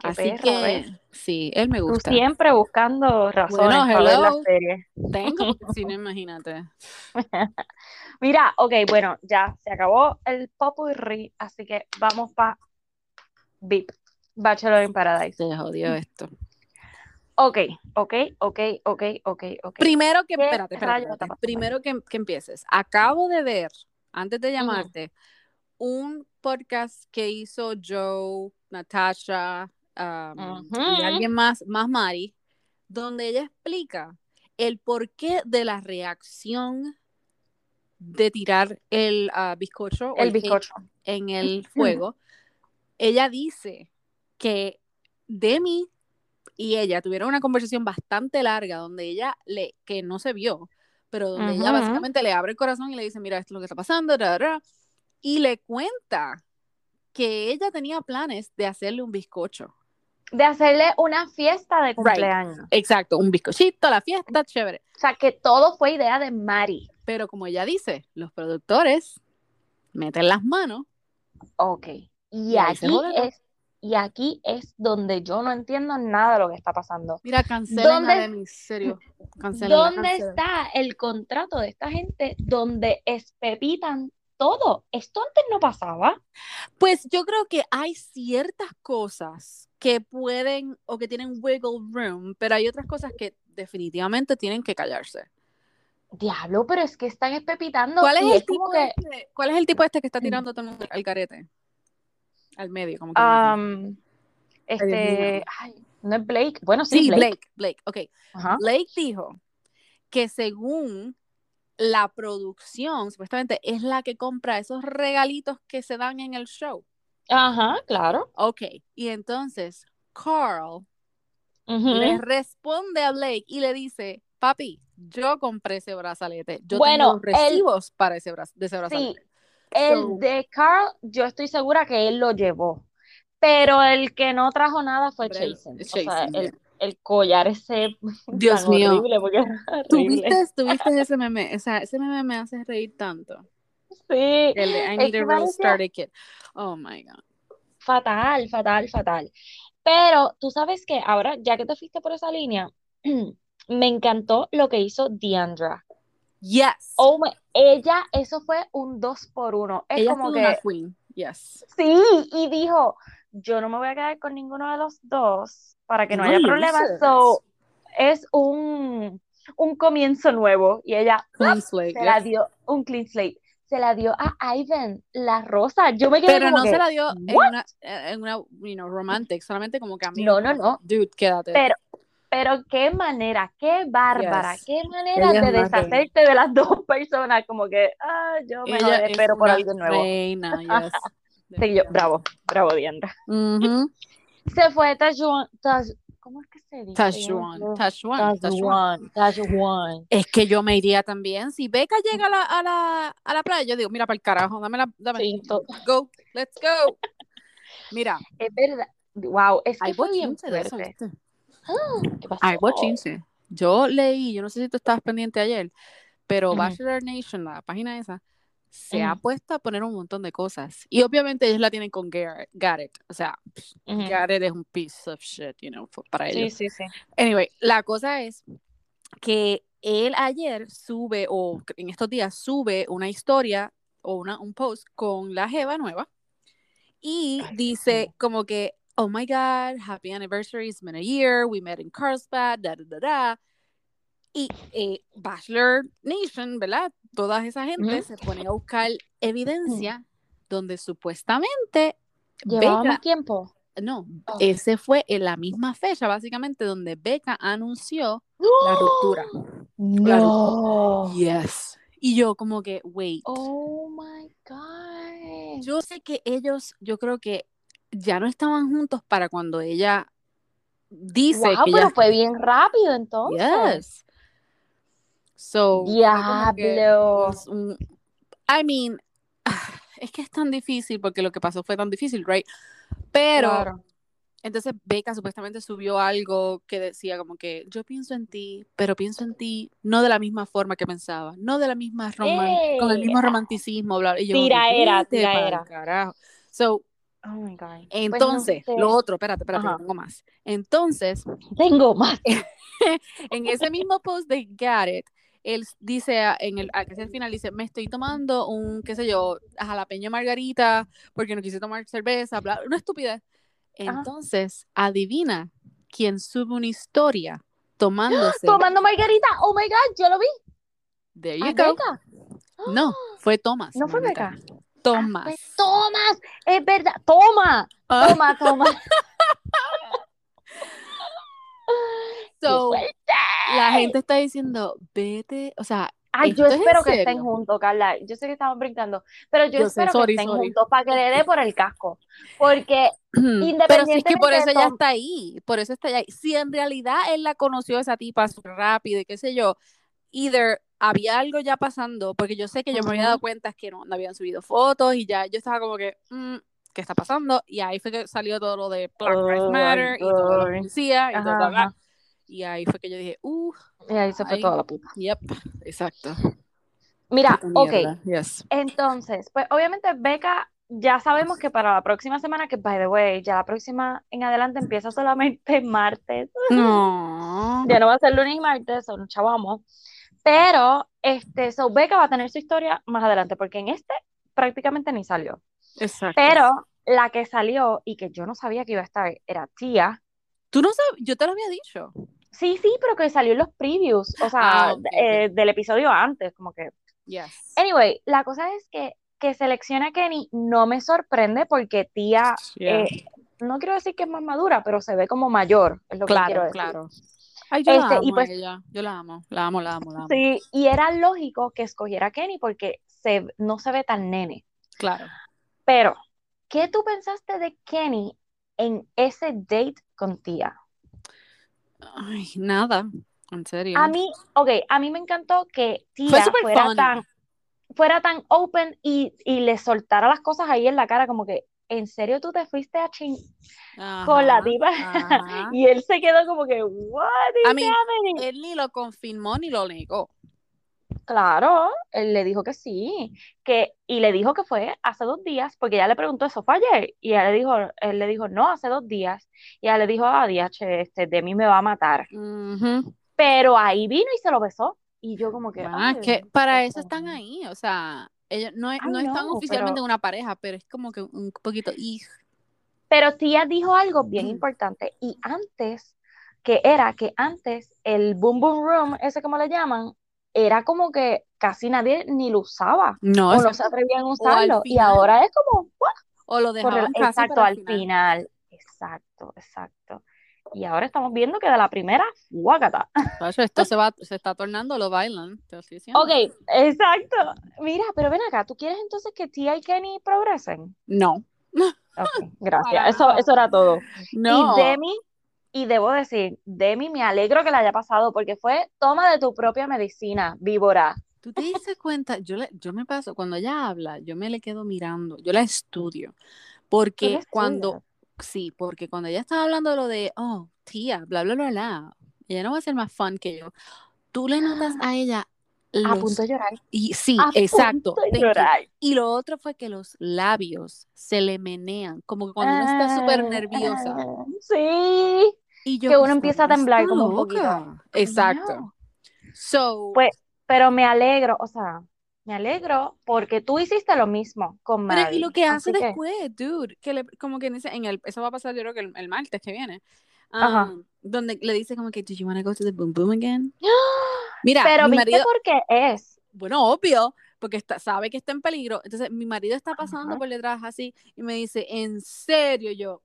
qué
Así
perra,
que
¿ves?
sí, él me
Tú
gusta.
siempre buscando razones
Bueno,
para ver
hello.
la serie.
Tengo, porque si no, imagínate.
Mira, ok, bueno, ya se acabó el popurrí, así que vamos para VIP, Bachelor in Paradise.
Se jodió esto.
Ok, ok, ok, ok, ok, ok.
Primero que,
¿Qué
espérate, espérate,
rayos está
espérate.
pasando?
primero que, que empieces. Acabo de ver, antes de llamarte, un podcast que hizo Joe, Natasha um, y
Ujú.
alguien más, más Mari, donde ella explica el porqué de la reacción de tirar el ah, bizcocho o
El
cake
bizcocho.
en el fuego, ella dice que Demi y ella tuvieron una conversación bastante larga donde ella le, que no se vio, pero donde ella
Ujú.
básicamente le abre el corazón y le dice, mira, esto es lo que está pasando, ra, ra, ra", y le cuenta que ella tenía planes de hacerle un bizcocho.
De hacerle una fiesta de cumpleaños.
Exacto, un bizcochito, la fiesta, chévere.
O sea, que todo fue idea de Mari.
Pero como ella dice, los productores meten las manos.
Ok. Y,
Y ahí se
aquí
joden.
es, y aquí es donde yo no entiendo nada de lo que está pasando.
Mira, cancelan a
¿Dónde-
Demi, serio. Cancelenla,
¿Dónde
cancelenla.
está el contrato de esta gente donde espepitan todo? Esto antes no pasaba.
Pues yo creo que hay ciertas cosas que pueden o que tienen wiggle room, pero hay otras cosas que definitivamente tienen que callarse.
Diablo, pero es que están espepitando.
¿Cuál es,
y
el tipo
como que-
este, ¿Cuál es el tipo este que está tirando a todo el mundo al carete? Al medio, como que.
Am,
Dios mío.
este, ay, no es Blake. Bueno, sí,
sí,
Blake. Ah.
Blake, Blake, ok.
Ajá.
Blake dijo que según la producción, supuestamente, es la que compra esos regalitos que se dan en el show.
Ajá, claro.
Ok, y entonces Carl
Ujú.
le responde a Blake y le dice, papi, yo compré ese brazalete. Yo
Bueno,
tengo los recibos para ese bra- de ese
Sí,
brazalete. So-
el de Carl, yo estoy segura que él lo llevó. Pero el que no trajo nada fue
Hombre, el-
Jason.
el
O sea,
Jason,
el,
yeah.
el collar ese
Dios
tan
mío.
horrible, porque era horrible.
¿Tuviste, tuviste ese meme? O sea, ese meme me hace reír tanto.
Sí,
El de I
es
need
que
a real
parecía-
starter kit. Oh my God.
Fatal, fatal, fatal. Pero tú sabes que ahora, ya que te fuiste por esa línea, me encantó lo que hizo Deandra.
Yes.
Oh, my- ella, eso fue un dos por uno. Es
Ella es
como que,
una queen. Yes.
sí, y dijo, yo no me voy a quedar con ninguno de los dos para que no
Unos
haya problemas.
losers.
So, es un, un comienzo nuevo. Y ella
Queen Slate.
se la
yes.
dio, un clean slate, se la dio a Ivan, la rosa. Yo me quedé
Pero
como
no
que,
se la dio en
"What?".
una, en una, you know, romantic, solamente como que a mí.
No, no, no.
Dude, quédate.
Pero- Pero qué manera, qué bárbara,
Yes.
qué manera
Ella es
de
una reina.
deshacerte de las dos personas, como que, ah, yo me
Ella es
espero por
una
alguien nuevo.
reina, yes.
Sí, yo, bravo, bravo, Diandra.
Ujú.
Se fue Tajuan, Taj- ¿cómo es que se dice?
Tajuan, Tajuan, Tajuan.
Tajuan, Tajuan.
Es que yo me iría también. Si Beca llega a la, a la, a la playa, yo digo, mira, para el carajo, dame la, dame.
Sí, to-
Go, let's go. Mira,
es verdad, wow, es que
hay
fue bien
bochinche de eso,
fuerte.
¿viste?
¿Qué pasó?
Hay bochinche. Yo leí, yo no sé si tú estabas pendiente ayer, pero
Ujú.
Bachelor Nation, la página esa, se ha
Ujú.
puesto a poner un montón de cosas. Y obviamente ellos la tienen con Garrett. Garrett. O sea,
Ujú.
Garrett es un piece of shit, you know, for- para ellos.
Sí, sí, sí.
Anyway, la cosa es que él ayer sube, o en estos días sube una historia o una, un post con la Jeva nueva y
Ay, Dios
dice como que, oh my God, happy anniversary, it's been a year, we met in Carlsbad, da, da, da, da. Y eh, Bachelor Nation, ¿verdad? Toda esa gente
Ujú.
se pone a buscar evidencia donde supuestamente
Llevaba
Becca-
más tiempo.
no,
Oh.
ese fue en la misma fecha, básicamente, donde Becca anunció la ruptura.
No.
Yes. Y yo como que, wait,
Oh my God. es.
Yo sé que ellos, yo creo que ya no estaban juntos para cuando ella dice
Wow,
que
pero
ya
fue bien rápido entonces.
Yes. Oh So, fue como que
Diablo.
un- un- I mean, es que es tan difícil porque lo que pasó fue tan difícil, right? Pero
Claro.
entonces Becca supuestamente subió algo que decía como que yo pienso en ti, pero pienso en ti no de la misma forma que pensaba, no de la misma roman con el
¡Ey!
mismo romanticismo, bla, bla. Y yo,
Tiraera,
"Vete pa'l
tiraera".
carajo. So,
Oh my God. Pues no
entonces,
sé.
lo otro, espérate, espérate,
Ajá.
tengo más. Entonces,
Tengo más.
Este. en ese mismo post de Garrett, él dice a- en el, al casi al final, dice, me estoy tomando un, qué sé yo, jalapeño margarita porque no quise tomar cerveza, bla, una estupidez.
Ajá.
Entonces, adivina quién sube una historia tomándose.
Tomando margarita. Oh my God, yo lo vi.
There
¿A
you go.
Becca?
No, fue Thomas.
Ah, No fue
mamita.
Becca. Ah,
Thomas.
fue Tomás. Es verdad. Toma.
Ah,
Toma, toma. Qué
so,
fuerte.
la gente está diciendo, vete, o sea,
Ay, yo
¿esto es en
espero que estén
serio?
juntos, Carla. Yo sé que estamos brincando, pero yo,
Yo sé,
espero
sorry,
que estén
sorry.
juntos para que le dé por el casco. Porque
Pero si es que por
Independientemente
eso
de
ella
todo-
está ahí, por eso está ahí. Si en realidad él la conoció a esa tipa súper rápido y qué sé yo, either había algo ya pasando, porque yo sé que yo me había
Ujú.
dado cuenta es que no, no habían subido fotos y ya yo estaba como que, mm, ¿qué está pasando? Y ahí fue que salió todo lo de Black Lives
Oh, my
Matter y todo lo de
God.
policía y todo,
Ajá,
bla, bla.
ajá.
Y ahí fue que yo dije, uh,
y ahí se fue
Ay.
toda la puta.
yep, exacto.
Mira,
Puta
ok,
mierda, yes.
entonces, pues obviamente Beca, ya sabemos que para la próxima semana, que by the way, ya la próxima en adelante empieza solamente martes,
No.
ya no va a ser lunes y martes, son chavamos, pero este, so Beca va a tener su historia más adelante, porque en este prácticamente ni salió,
Exacto.
pero la que salió y que yo no sabía que iba a estar era Tía,
Tú no sabes, yo te lo había dicho.
sí, sí, pero que salió en los previews, o sea,
Ah, ok, ok.
eh, del episodio antes, como que
Yes.
Anyway, la cosa es que, que selecciona a Kenny no me sorprende porque tía,
Yeah.
eh, no quiero decir que es más madura, pero se ve como mayor, es lo que quiero
Claro,
decir.
claro. Ay, yo
Este,
la amo
y
a
pues-
ella. Yo la amo, la amo, la amo, la amo.
Sí, y era lógico que escogiera a Kenny porque se, no se ve tan nene.
Claro.
Pero, ¿qué tú pensaste de Kenny en ese date con tía?
Ay, nada. En serio.
A mí, ok, a mí me encantó que
Fue
tía
súper
fuera
funny.
tan, fuera tan open y, y le soltara las cosas ahí en la cara, como que, ¿en serio tú te fuiste a chin
Ajá,
con la
ajá.
diva? Y él se quedó como que, what is
A mí,
happening?
él ni lo confirmó ni lo negó.
Claro, él le dijo que sí, que, y le dijo que fue hace dos días, porque ya le preguntó eso, fue ayer, y ella le dijo, él le dijo, no, hace dos días, y ella le dijo, ah, diache, este, de mí me va a matar,
Ujú.
pero ahí vino y se lo besó, y yo como que,
Bueno,
ay,
es Ah, que para
qué
eso están
cabrón.
ahí. O sea, ellos no, es-
I
no están
know,
oficialmente
pero-
una pareja, pero es como que un poquito. "Ij".
Pero tía dijo algo bien importante, y antes, que era que antes el boom boom room, ese como le llaman, era como que casi nadie ni lo usaba.
No,
o no
exacto.
se atrevían a
O al
usarlo. Y
final.
ahora es como, ¡guau!
O lo
Por el-
dejaban casi
exacto,
para
al
el
final.
final.
Exacto, exacto. Y ahora estamos viendo que de la primera, guácata.
Tacho, Esto se va, se está tornando lo bailan. Te lo estoy diciendo.
Ok, exacto. Mira, pero ven acá, ¿tú quieres entonces que Tia y Kenny progresen?
No.
Ok, gracias.
Para
Eso,
nada.
eso era todo.
No.
Y Demi, y debo decir, Demi, me alegro que la haya pasado porque fue toma de tu propia medicina, víbora.
Tú te dices cuenta, yo, le- yo me paso, cuando ella habla, yo me le quedo mirando, yo la estudio,
Tú
porque
eres
cuando,
tuya.
sí, porque cuando ella estaba hablando de lo de, oh, tía, bla, bla, bla, bla, ella no va a ser más fun que yo, tú le notas a ella
A
los,
punto de llorar.
y sí,
A
exacto,
punto de
thank you.
llorar.
Y lo otro fue que los labios se le menean, como que cuando uno está súper
Ah,
nerviosa,
ah, sí.
y yo,
que
¿qué
uno empieza a
está
temblar como un poquito.
loca?
I
Exacto,
know.
so,
Pues, pero me alegro, o sea, me alegro porque tú hiciste lo mismo con
Pero y lo
Maddie.
que hace
Así que,
después, dude, que le, como que dice, en el, eso va a pasar yo creo que el, el martes que viene,
Ajá.
um, donde le dice como que, do you want to go to the boom boom again? Mira,
pero
mi
viste
marido,
por qué es.
bueno, obvio, porque está, sabe que está en peligro, entonces mi marido está pasando
Ajá.
por detrás así y me dice, ¿en serio? Yo,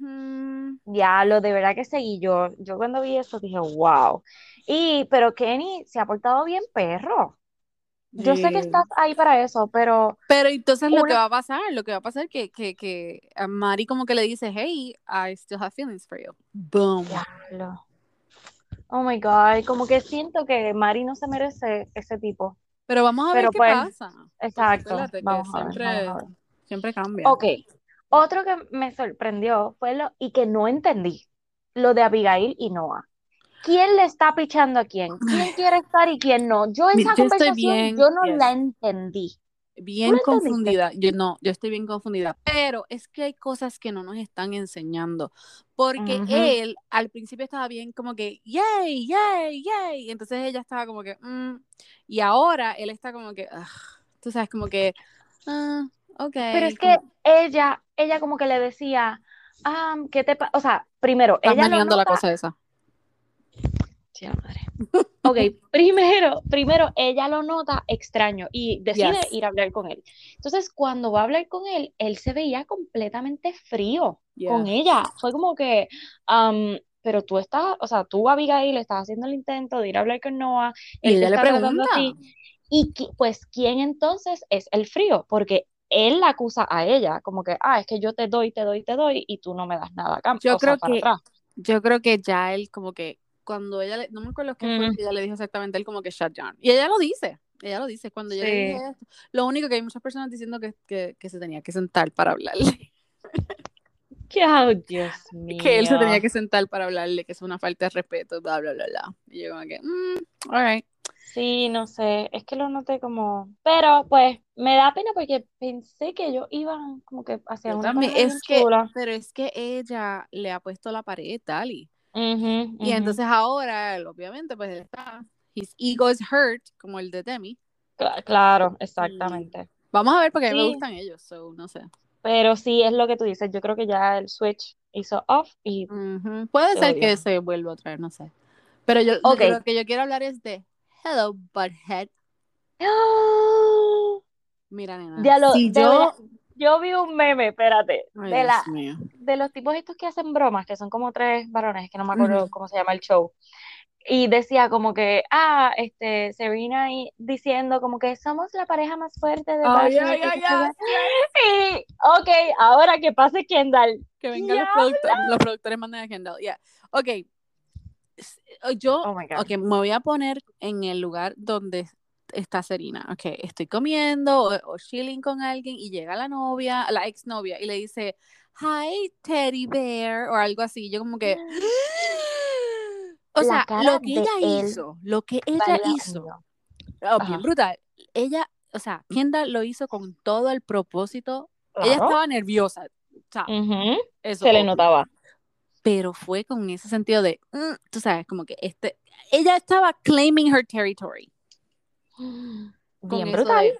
"Ujú".
Ya lo de verdad que seguí yo. Yo cuando vi eso dije, wow. Y, pero Kenny se ha portado bien perro. Yo sé que estás ahí para eso, pero
Pero entonces lo
Una-
que va a pasar, lo que va a pasar es que, que, que a Mari como que le dice, hey, I still have feelings for you. Boom.
Diablo. Oh my God, como que siento que Mari no se merece ese tipo.
Pero vamos a ver
Pero
qué
pues,
pasa.
Exacto.
acuérdate que
Vamos a ver,
siempre-
vamos a ver.
Siempre cambia.
Ok. Otro que me sorprendió fue lo, y que no entendí, lo de Abigail y Noah. ¿Quién le está pichando a quién? ¿Quién quiere estar y quién no? Yo en
Mira,
esa
yo estoy
conversación
bien-
yo no
yes.
la entendí.
Bien
¿Tú lo entendiste?
confundida. Yo no, yo estoy bien confundida. Pero es que hay cosas que no nos están enseñando. Porque
Ujú.
él al principio estaba bien como que, yay, yay, yay. Y entonces ella estaba como que, "Mm". Y ahora él está como que, "Ugh". tú sabes, como que, ah, ok.
Pero es que ella, ella como que le decía, ah, ¿qué te pasa? O sea, primero,
Estás
ella lo
meneando la
nota-
cosa esa.
Sí, la madre. Ok, primero, primero ella lo nota extraño y decide
Yes.
ir a hablar con él. Entonces, cuando va a hablar con él, él se veía completamente frío
Yeah.
con ella. Fue como que, am, pero tú estás, o sea, tú, Abigail, estás haciendo el intento de ir a hablar con Noah,
Y
él te
ella le
está tratando
pregunta.
así. Y qui- pues, ¿quién entonces es el frío? Porque él la acusa a ella, como que, ah, es que yo te doy, te doy, te doy, y tú no me das nada, a cam-
Yo
o
creo
sea,
que-
para atrás.
Yo creo que ya él como que cuando ella le, no me acuerdo qué fue lo
Mm.
que ella le dijo exactamente, él como que shut down. Y ella lo dice, ella lo dice, cuando yo le
Sí.
dije esto, lo único que hay muchas personas diciendo que, que, que se tenía que sentar para hablarle,
Qué- ay, oh, Dios
que él se
mío.
tenía que sentar para hablarle, que es una falta de respeto, bla, bla, bla, bla. Y yo como que, mm, all right.
Sí, no sé, es que lo noté como, pero pues me da pena porque pensé que ellos iban como que hacia
Yo
una
también,
pareja bien
es que,
chula.
pero es que ella le ha puesto la pared, Dali.
Ujú,
Y
ujú.
entonces ahora, él, obviamente, pues está, his ego is hurt, como el de Demi.
Cla- claro, exactamente.
Vamos a ver, porque a mí me
Sí.
gustan ellos, so, no sé.
Pero sí, es lo que tú dices, yo creo que ya el switch hizo off y
Ujú, Puede
Te
ser
odio.
que se vuelva otra vez, no sé. Pero yo,
Ok.
lo que yo quiero hablar es de Hello, Butthead.
¡Ah!
Mira, nena.
Ya lo,
si
de
yo.
verdad, yo vi un meme, espérate,
Ay,
de
Dios
la,
mío.
de los tipos estos que hacen bromas, que son como tres varones, que no me acuerdo
Ujú.
cómo se llama el show. Y decía como que, ah, este, Serena ahí diciendo como que somos la pareja más fuerte de
Ay,
Bachelor.
ay,
que
ay,
qué sé
ay,
yo". Y, ok, ahora que pase Kendall.
Que vengan los,
Ya.
productores, los productores manden a Kendall. Yeah. Ok. S- Yo,
Oh my God.
ok, me voy a poner en el lugar donde está Serena. Ok, estoy comiendo o, o chilling con alguien y llega la novia, la exnovia, y le dice, Hi, teddy bear, o algo así. Yo como que... O
La
sea,
cara
lo que
de
ella
él
hizo, lo que ella
Vaya,
hizo,
no.
oh,
Ajá.
bien brutal. Ella, o sea, Kendall lo hizo con todo el propósito. Ella
Claro.
estaba nerviosa, o sea,
Ujú.
eso,
Se le
obvio.
notaba.
Pero fue con ese sentido de, mm, tú sabes, como que este, ella estaba claiming her territory. Con
Bien
eso
brutal.
de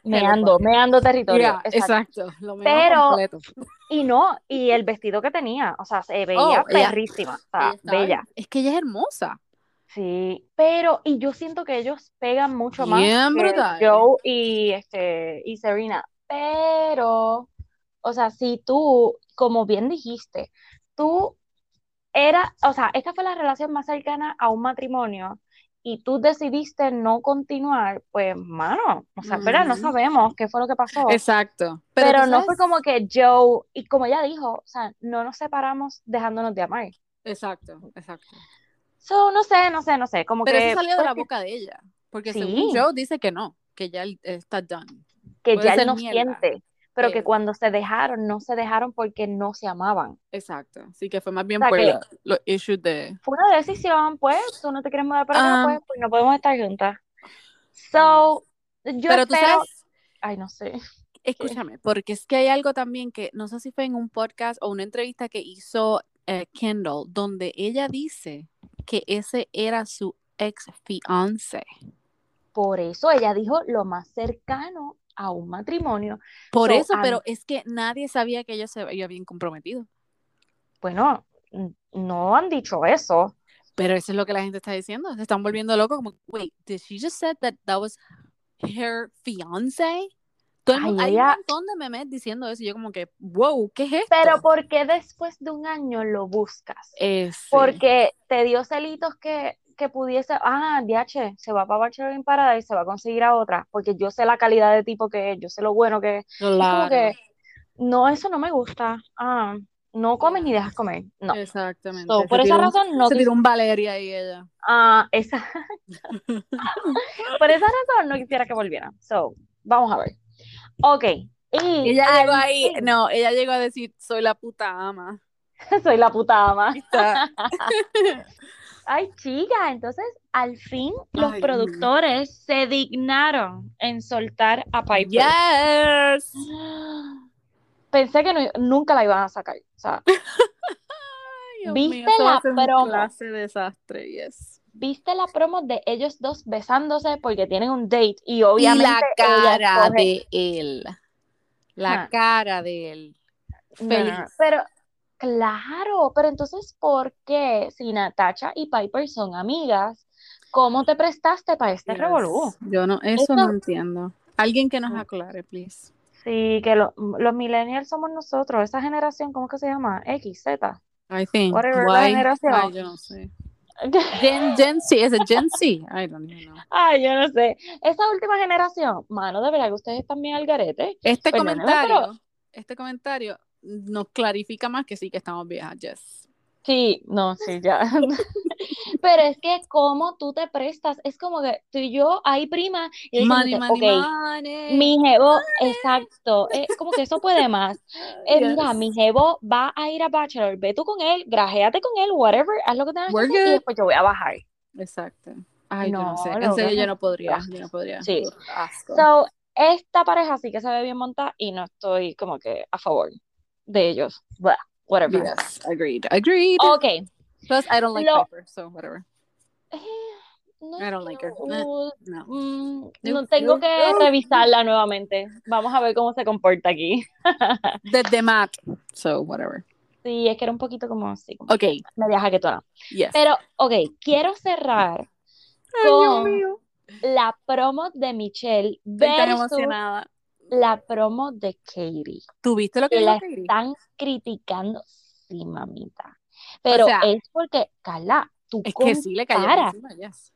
Hello,
Meando, meando territorio.
Yeah,
Exacto.
exacto, lo menos
Pero-
completo.
Y no, y el vestido que tenía, o sea, se veía
Oh, ella-
perrísima, o
ella
sea,
estaba-
bella.
es que ella es hermosa.
Sí, pero, y yo siento que ellos pegan mucho más
Bien
que
brutal.
Joe y, este, y Serena. Pero, o sea, si tú, como bien dijiste, tú era, o sea, esta fue la relación más cercana a un matrimonio y tú decidiste no continuar, pues, mano, o sea, ¿verdad? No
Ujú.
sabemos qué fue lo que pasó.
Exacto. Pero,
Oh. Pero
tú
no fue
sabes-
como que Joe, y como ella dijo, o sea, no nos separamos dejándonos de amar.
Exacto, exacto.
So, no sé, no sé, no sé, como
Pero eso
que,
salió de
pues,
la boca de ella, porque según
sí,
Joe dice que no, que ya él está done.
que
Puede
ya él
ser
no
mierda, Eh.
siente, pero que
pero-
cuando se dejaron, no se dejaron porque no se amaban.
Exacto. Así que fue más
O
bien
sea,
por
que
la- los issues de...
fue una decisión, pues, tú no te quieres mudar para acá,
Ah.
pues, pues no podemos estar juntas. So, yo
Pero tú
espero,
sabes,
ay, no sé.
escúchame, porque es que hay algo también que no sé si fue en un podcast o una entrevista que hizo eh, Kendall, donde ella dice que ese era su ex fiance.
Por eso ella dijo lo más cercano a un matrimonio.
Por
So,
eso,
a
pero es que nadie sabía que ellos se habían comprometido.
Bueno, n- no han dicho eso.
Pero eso es lo que la gente está diciendo. Se están volviendo locos. Como, wait, did she just said that that was her fiance? Todo el
Ay,
mundo- hay un
ella,
montón de memes diciendo eso. Y yo, como que, wow, ¿qué es esto?
pero ¿por qué después de un año lo buscas?
Eh, sí.
Porque te dio celitos que que pudiese, ah, DH, se va para Bachelor in Paradise, se va a conseguir a otra, porque yo sé la calidad de tipo que es, yo sé lo bueno que es. Es como
Claro.
que, no, eso no me gusta. Ah, no comes ni dejas comer. No.
Exactamente.
So,
Se
por esa
tiró un-
razón no
se
quise-
tiró un Valeria y ella.
Ah, esa. Por esa razón no quisiera que volviera. So, vamos a ver. Ok. Y
Ella
al
llegó ahí,
fin,
no, ella llegó a decir, soy la puta ama.
soy la puta ama.
Ahí está.
Ay, chica, entonces al fin los
Ay, Dios mío.
productores se dignaron en soltar a Piper.
Yes.
Pensé que no- nunca la iban a sacar. O sea,
Ay, Dios
¿Viste
mío, eso va a
la
ser un
promo?
clase de desastre, yes.
¿viste la promo de ellos dos besándose porque tienen un date? Y obviamente ella coge-
de él. Ah.
Ajá.
cara de él.
No, no, no. Pero, claro, pero entonces, ¿por qué si Natasha y Piper son amigas, cómo te prestaste para este
Yes.
revolú?
Yo no, eso
Esto-
no entiendo. Alguien que nos
Mm.
aclare, please.
Sí, que lo- los millennials somos nosotros, esa generación, ¿cómo que se llama? X, Z.
I think.
Whatever la
Why?
generación.
Ay, yo no sé. Gen, Gen Z, ¿es it Gen Z? I don't even know.
Ay, yo no sé. Esa última generación, mano, de verdad que ustedes están bien al garete.
Este
Perdóneme,
comentario, este comentario nos clarifica más que sí que estamos viejas, yes.
Sí, no, sí, ya. Pero es que cómo tú te prestas, es como que tú y yo, ahí prima, y yo
Money,
diciéndote,
money,
"Ok,
money.
Mi jevo, exacto, eh, como que eso puede más. Eh, mira,
Yes.
mi jevo va a ir a Bachelor, ve tú con él, grajéate con él, whatever, haz lo que tengas que
We're
hacer y
good.
después yo voy a bajar.
Exacto. Ay, yo
No,
no sé.
lo
En serio,
veo.
yo no podría. Yo no podría.
Sí.
Asco.
So, esta pareja sí que se ve bien montada y no estoy como que a favor de ellos. Blah, whatever.
Yes, agreed. Agreed.
Ok.
Plus, I don't like
Lo-
Piper, so whatever.
Eh, no
I don't
es
like
que
her.
me guste.
No.
Mm,
Nope,
no tengo
nope,
que
nope.
revisarla nuevamente. Vamos a ver cómo se comporta aquí.
Desde Matt, so whatever.
Sí, es que era un poquito como así, como
Ok,
media jaquetona.
yes.
Pero, ok, quiero cerrar con
mío.
la promo de Michelle
Estoy tan
versus
emocionada.
la promo de Katie.
¿Tuviste lo que
Que
dijo
la
Katie?
están criticando, sí, mamita. Pero
sea,
es porque, Carla, tú
Es que sí, le cayó por
comparas.
encima, yes.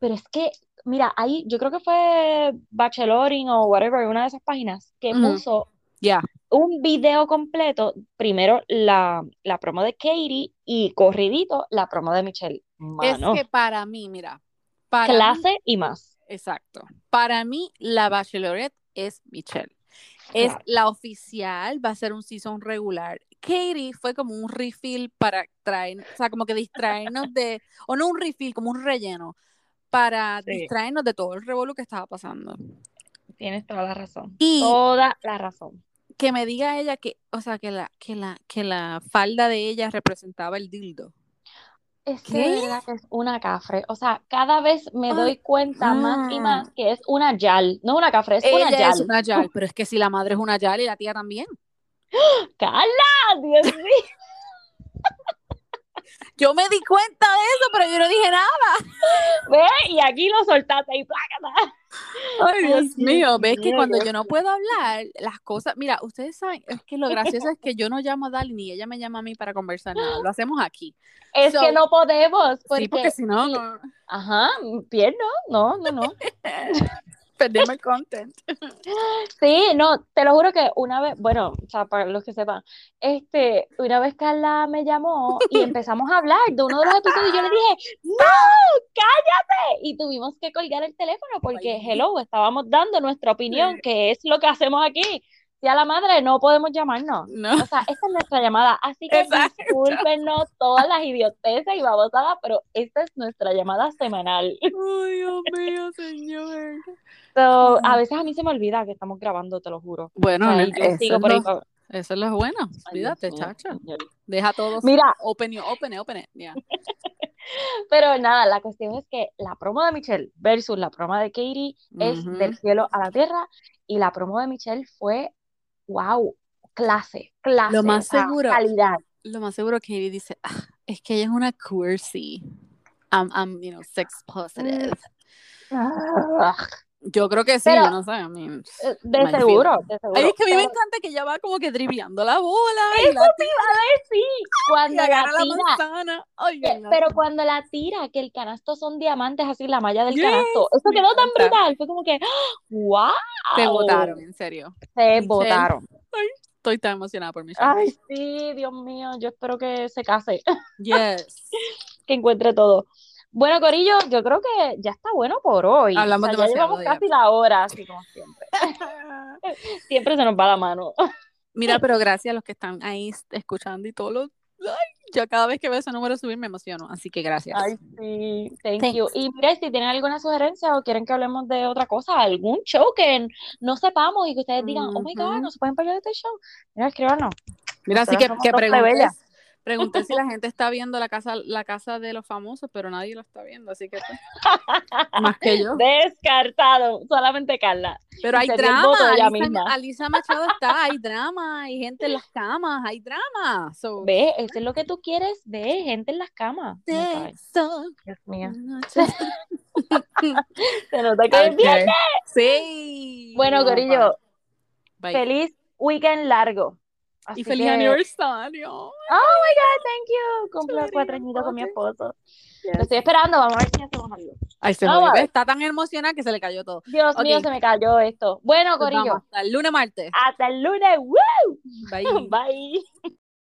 Pero es que, mira, ahí yo creo que fue Bachelorin o whatever, una de esas páginas, que
Ujú.
puso
Yeah.
un video completo. Primero la, la promo de Katie y corridito la promo de Michelle. Mano,
Es que para mí, mira, para mí,
clase y más.
exacto. Para mí, la Bachelorette es Michelle. Es
Claro.
la oficial, va a ser un season regular. Katie fue como un refill para traer, o sea, como que distraernos de, o no un refill, como un relleno, para
Sí.
distraernos de todo el revuelo que estaba pasando.
Tienes toda la razón.
Y
Toda la razón.
que me diga ella que, o sea, que la, que la, que la falda de ella representaba el dildo.
Es que
¿Qué?
de verdad que es una cafre. O sea, cada vez me
Ay,
doy cuenta más y
ah.
más que es una yal. No una cafre, es una
ella
yal.
es una yal, pero es que si la madre es una yal y la tía también.
¡Cala! Dios mío.
Yo me di cuenta de eso, pero yo no dije nada.
Ve, y aquí lo soltaste y plácata.
Ay, Dios
Dios
mío, ves que
mío,
cuando
Dios
yo no puedo hablar, las cosas, mira, ustedes saben, es que lo gracioso es que yo no llamo a Dali ni ella me llama a mí para conversar nada, lo hacemos aquí.
Es
So-
que no podemos, porque,
sí, porque si no, no
ajá, pierdo, no, no, no.
perdemos el content.
Sí, no, te lo juro que una vez, bueno, o sea, para los que sepan, este, una vez Carla me llamó y empezamos a hablar de uno de los episodios y yo le dije, ¡No! ¡Cállate! Y tuvimos que colgar el teléfono porque,
Ay.
hello, estábamos dando nuestra opinión, que es lo que hacemos aquí. Si a la madre no podemos llamarnos.
No,
O sea, esta es nuestra llamada, así que
Exacto.
discúlpenos todas las idioteces y babosadas, pero esta es nuestra llamada semanal.
Ay, Dios mío, señor.
So, a
Ujú.
veces a mí se me olvida que estamos grabando, te lo juro. O
Bueno,
sea, y
eso,
yo sigo
es
por ahí
lo,
pa-
eso es lo bueno,
Ay, Dios
olvídate,
mío,
chacha,
señor.
deja todos,
Mira,
open you, open it, open it, yeah.
pero nada, la cuestión es que la promo de Michelle versus la promo de Katie es
Ujú.
del cielo a la tierra y la promo de Michelle fue, wow, clase, clase,
Lo más
o sea,
seguro.
calidad.
Lo más seguro que Katie dice, "Ah, es que ella es una queersy, I'm, I'm, you know, sex positive.
Ah,
Yo creo que sí,
Pero-
yo no sé. a mí-
De
Imagínate.
seguro, de seguro.
Ay, es que a mí me
Pero-
encanta que ella va como que driblando la bola y, la, tira
sí,
y
cuando la
agarra la
tira,
manzana. Ay,
que-
no.
pero cuando la tira, que el canasto son diamantes, así la malla del
Yes,
canasto. Eso
me
quedó tan
encanta.
brutal, fue como que, ¡guau!
Te votaron, en serio.
Se
Michelle.
votaron.
Estoy tan emocionada por Michelle.
Ay, sí, Dios mío, yo espero que se case,
Yes.
que encuentre todo. Bueno, Corillo, yo creo que ya está bueno por hoy.
Hablamos
O sea, ya
demasiado,
llevamos
ya.
casi la hora, así como siempre. Siempre se nos va la mano.
Mira, pero gracias a los que están ahí escuchando y todos los. Ay, yo cada vez que veo ese número subir me emociono, así que gracias.
Ay, sí, thank
Thanks.
you. Y mira, si tienen alguna sugerencia o quieren que hablemos de otra cosa, algún show que no sepamos y que ustedes digan, oh my God,
Ujú.
no se pueden perder este show, mira, escríbanos.
Mira, así
nosotras
que,
somos
que
dos
pregunté,
plebeyas.
pregunté si la gente está viendo la casa, la casa de los famosos, pero nadie la está viendo, así que pues, más que yo.
Descartado, solamente Carla.
Pero hay
sería el
drama,
voto de ella
Alisa,
misma.
Alisa Machado está, hay drama, hay gente en las camas, hay drama. So,
Ve, eso es lo que tú quieres, ve, gente en las camas. Ay,
sexo,
Dios mío.
noches.
Se nota que es
Ok.
viernes.
Sí.
Bueno,
Vamos
Corillo,
para- bye.
feliz weekend largo. Así
Y feliz
que-
aniversario.
Oh my God, thank you. Cumplo
Sorry,
cuatro añitos con mi
ok.
esposo.
Yes.
Lo estoy esperando, vamos a ver si hacemos algo.
Ay, se
Vamos a
jodió.
ver.
Está tan emocionada que se le cayó todo.
Dios
Ok.
mío, se me cayó esto. Bueno,
Nos vamos
Corillo,
hasta el lunes martes.
hasta el lunes. ¡Woo!
Bye.
Bye.